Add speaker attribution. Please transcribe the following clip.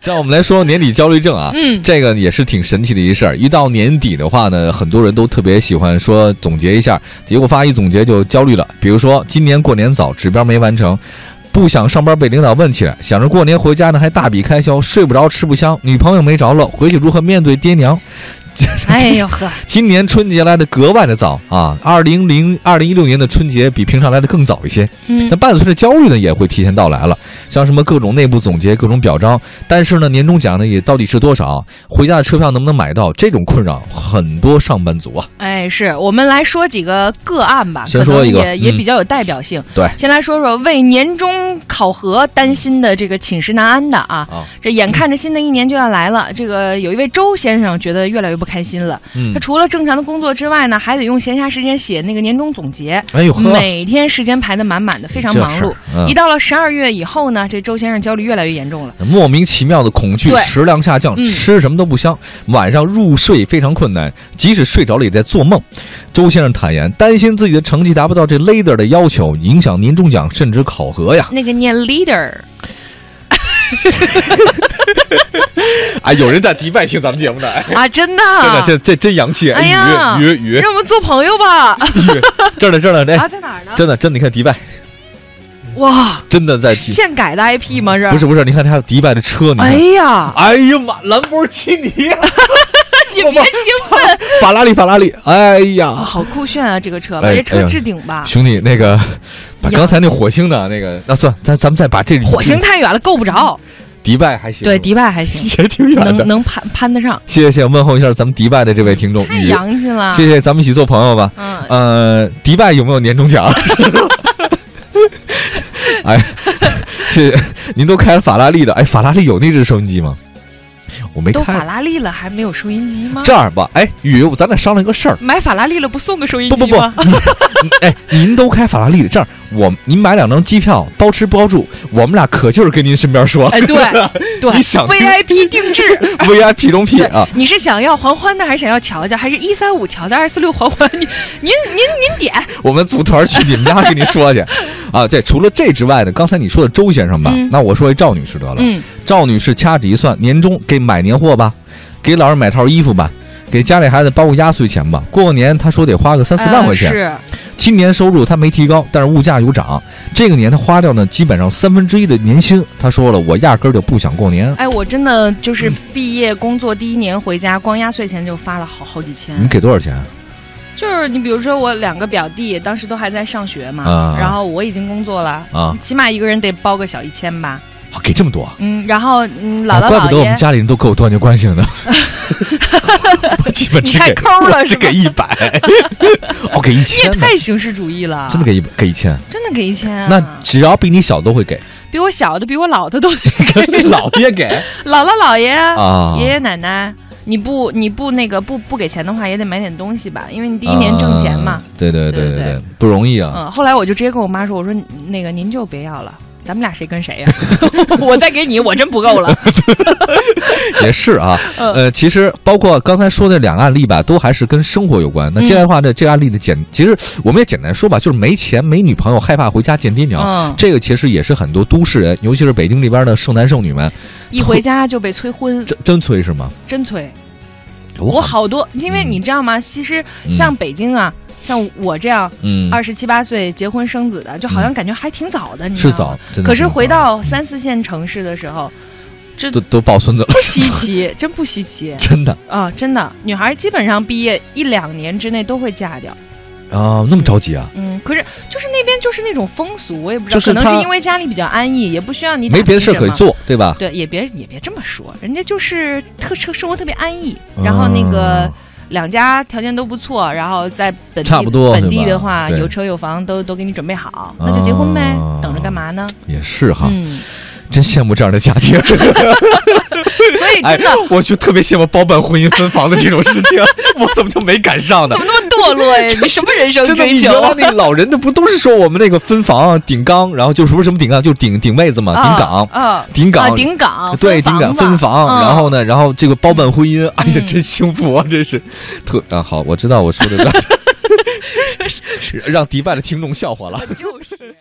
Speaker 1: 像我们来说年底焦虑症啊，
Speaker 2: 嗯
Speaker 1: 这个也是挺神奇的一事儿。一到年底的话呢，很多人都特别喜欢说总结一下，结果发一总结就焦虑了。比如说今年过年早，指标没完成。不想上班被领导问起来，想着过年回家呢还大笔开销，睡不着吃不香，女朋友没着落，回去如何面对爹娘？
Speaker 2: 哎呦呵，
Speaker 1: 今年春节来的格外的早啊，二零零二零一六年的春节比平常来的更早一些。
Speaker 2: 嗯
Speaker 1: 那，伴随着焦虑呢，也会提前到来了，像什么各种内部总结、各种表彰，但是呢，年终奖呢也到底是多少，回家的车票能不能买到，这种困扰很多上班族啊。
Speaker 2: 哎，是我们来说几个个案吧，
Speaker 1: 先
Speaker 2: 可能
Speaker 1: 说一个
Speaker 2: 也也
Speaker 1: 嗯
Speaker 2: 比较有代表性。
Speaker 1: 对
Speaker 2: 先来说说为年终考核担心的这个寝食难安的啊，
Speaker 1: 啊，
Speaker 2: 这眼看着新的一年就要来了，这个有一位周先生觉得越来越不开心了。
Speaker 1: 嗯
Speaker 2: 他，除了正常的工作之外呢，还得用闲暇时间写那个年终总结，
Speaker 1: 哎呦呵，
Speaker 2: 每天时间排得满满的，非常
Speaker 1: 这
Speaker 2: 忙
Speaker 1: 事
Speaker 2: 碌
Speaker 1: 儿。嗯
Speaker 2: 一到了十二月以后呢，这周先生焦虑越来越严重了。
Speaker 1: 莫名其妙的恐惧，
Speaker 2: 对
Speaker 1: 食量下降，
Speaker 2: 嗯
Speaker 1: 吃什么都不香，晚上入睡非常困难，即使睡着了也在做梦。周先生坦言，担心自己的成绩达不到这 leader 的要求，影响年终奖甚至考核 呀。
Speaker 2: 那个念 leader，
Speaker 1: 哎，有人在迪拜听咱们节目的，哎
Speaker 2: 啊，真的，
Speaker 1: 真的，这这真洋气，啊
Speaker 2: 哎呀
Speaker 1: 约约约，
Speaker 2: 让我们做朋友吧。
Speaker 1: 这哎儿呢这儿呢，哎，
Speaker 2: 啊，在哪儿呢？
Speaker 1: 真的真的，你看迪拜，
Speaker 2: 哇，
Speaker 1: 真的在迪，
Speaker 2: 现改的 IP 吗？这
Speaker 1: 不是不是，你看他迪拜的车，你
Speaker 2: 哎
Speaker 1: 看，
Speaker 2: 呀，
Speaker 1: 哎呀妈，兰博基尼，啊
Speaker 2: 也别兴奋，
Speaker 1: 法拉利，法拉利，哎
Speaker 2: 啊
Speaker 1: 呀，
Speaker 2: 好酷炫啊！这个车，
Speaker 1: 哎
Speaker 2: 把这
Speaker 1: 哎
Speaker 2: 车
Speaker 1: 呀
Speaker 2: 置顶吧。
Speaker 1: 兄弟，那个把
Speaker 2: 哎呀
Speaker 1: 刚才那火星的那个，那算，咱咱们再把这
Speaker 2: 火星太远了，够不着。
Speaker 1: 迪拜还行，
Speaker 2: 对，迪拜还行，
Speaker 1: 也挺远
Speaker 2: 能
Speaker 1: 的。
Speaker 2: 能攀攀得上，
Speaker 1: 谢谢问候一下咱们迪拜的这位听众
Speaker 2: 太啊
Speaker 1: 雨，
Speaker 2: 洋气了。
Speaker 1: 谢谢咱们一起做朋友吧。
Speaker 2: 嗯，
Speaker 1: 呃，迪拜有没有年终奖？ 哎，谢谢您都开了法拉利的，哎，法拉利有那只收音机吗？我没
Speaker 2: 都法
Speaker 1: 开。
Speaker 2: 拉利了，还没有收音机吗？
Speaker 1: 这样吧，哎，雨，咱俩商量个事儿。
Speaker 2: 买法拉利了，不送个收音
Speaker 1: 不
Speaker 2: 机
Speaker 1: 不
Speaker 2: 吗？
Speaker 1: 不，您 您哎，您都开法拉利了，这样我您买两张机票，包吃包住，我们俩可就是跟您身边说
Speaker 2: 哎，对对，
Speaker 1: 你想听
Speaker 2: VIP 定制。
Speaker 1: VIP 中 P
Speaker 2: 对
Speaker 1: 啊，，
Speaker 2: 你是想要黄欢的，还是想要乔乔，还是一三五乔的，二四六黄欢？你您您您点，
Speaker 1: 我们组团去你们家跟您说 去啊。这除了这之外呢，刚才你说的周先生吧，
Speaker 2: 嗯
Speaker 1: 那我说一赵女士得了。
Speaker 2: 嗯，
Speaker 1: 赵女士掐指一算，年终给买年货吧，给老人买套衣服吧，给家里孩子包个压岁钱吧。过个年，她说得花个三四万块钱。
Speaker 2: 哎呃是
Speaker 1: 今年收入她没提高，但是物价有涨。这个年她花掉呢，基本上三分之一的年薪。她说了，我压根儿就不想过年。
Speaker 2: 哎，我真的就是
Speaker 1: 嗯
Speaker 2: 毕业工作第一年回家，光压岁钱就发了好好几千。
Speaker 1: 你给多少钱？啊
Speaker 2: 就是你比如说我两个表弟当时都还在上学嘛，
Speaker 1: 啊
Speaker 2: 然后我已经工作了，
Speaker 1: 啊
Speaker 2: 起码一个人得包个小一千吧。
Speaker 1: 啊给这么多啊？
Speaker 2: 嗯，然后嗯，姥
Speaker 1: 啊
Speaker 2: 姥
Speaker 1: 怪不得
Speaker 2: 姥
Speaker 1: 我
Speaker 2: 爷
Speaker 1: 们，家里人都跟我断绝关系了呢。我基本
Speaker 2: 你
Speaker 1: 只
Speaker 2: 太
Speaker 1: 给
Speaker 2: 抠了
Speaker 1: 只
Speaker 2: 是吧
Speaker 1: 给？一百，我给一
Speaker 2: 你也
Speaker 1: 千呢，
Speaker 2: 太形式主义了，
Speaker 1: 真的给一给一千。
Speaker 2: 真的给一千啊？
Speaker 1: 那只要比你小都 会给，
Speaker 2: 比我小的、比我老的都得
Speaker 1: 老爷给
Speaker 2: 姥姥姥 爷、
Speaker 1: 啊。
Speaker 2: 爷爷奶奶。你不你不那个不不给钱的话，也得买点东西吧，因为你第一年挣钱嘛
Speaker 1: 啊。对对对
Speaker 2: 对对
Speaker 1: 对，不容易啊。
Speaker 2: 嗯，后来我就直接跟我妈说：“我说那个您就别要了，咱们俩谁跟谁呀、我再给你，我真不够了。
Speaker 1: 哎也是啊，
Speaker 2: 嗯
Speaker 1: 呃，其实包括刚才说的两个案例吧，都还是跟生活有关。那
Speaker 2: 嗯
Speaker 1: 接下来的话呢，这个案例的简，其实我们也简单说吧，就是没钱、没女朋友，害怕回家见爹娘。
Speaker 2: 嗯，
Speaker 1: 这个其实也是很多都市人，尤其是北京这边的剩男剩女们，
Speaker 2: 一回家就被 催婚，
Speaker 1: 真真催是吗？
Speaker 2: 真催。
Speaker 1: 我
Speaker 2: 我好多，因
Speaker 1: 嗯
Speaker 2: 为你知道吗？其实像北京啊，像我这样
Speaker 1: 嗯，
Speaker 2: 二十七八岁结婚生子的，就好像感觉还挺早的，你知
Speaker 1: 是
Speaker 2: 道吗
Speaker 1: 早，真的
Speaker 2: 可是
Speaker 1: 挺早
Speaker 2: 回到三四线城市的时候，
Speaker 1: 都都抱孙子了，
Speaker 2: 不稀奇，真不稀奇
Speaker 1: 真的
Speaker 2: 啊！真的，女孩基本上毕业一两年之内都会嫁掉。
Speaker 1: 啊，那么着急啊？
Speaker 2: 嗯，可是就是那边就是那种风俗，我也不知道，
Speaker 1: 就是
Speaker 2: 可能
Speaker 1: 他
Speaker 2: 是因为家里比较安逸，也不需要你打
Speaker 1: 没别的
Speaker 2: 拼
Speaker 1: 事儿可以
Speaker 2: 什么。
Speaker 1: 做，对吧？
Speaker 2: 对，也别也别这么说，人家就是特生生活特别安逸，
Speaker 1: 啊
Speaker 2: 然后那个
Speaker 1: 嗯
Speaker 2: 两家条件都不错，然后在本地
Speaker 1: 差不多
Speaker 2: 本地
Speaker 1: 对吧
Speaker 2: 的话
Speaker 1: 对啊
Speaker 2: 有车有房都都给你准备好，那就结婚呗，
Speaker 1: 哦
Speaker 2: 等着干嘛呢？
Speaker 1: 也是哈，
Speaker 2: 嗯，
Speaker 1: 真羡慕这样的家庭。
Speaker 2: 所以真的、
Speaker 1: 哎，我就特别羡慕包办婚姻分房的这种事 情，我怎么就没赶上呢
Speaker 2: 怎？么那么堕落 呀？你什么人生
Speaker 1: 真的，
Speaker 2: 追
Speaker 1: 你
Speaker 2: 求
Speaker 1: 原？来那老人的不都是说我们那个分房顶缸，然后就是不是什么顶缸，就是顶顶妹子嘛，顶岗，
Speaker 2: 啊，
Speaker 1: 顶
Speaker 2: 啊
Speaker 1: 岗，
Speaker 2: 顶岗，
Speaker 1: 对，
Speaker 2: 分
Speaker 1: 顶岗
Speaker 2: 房子
Speaker 1: 分房，
Speaker 2: 嗯
Speaker 1: 然后呢，然后这个包办婚姻，哎呀
Speaker 2: 嗯，
Speaker 1: 真幸福啊，真是特啊，好， 我知道我说的让迪拜的听众笑话了。
Speaker 2: 啊就是。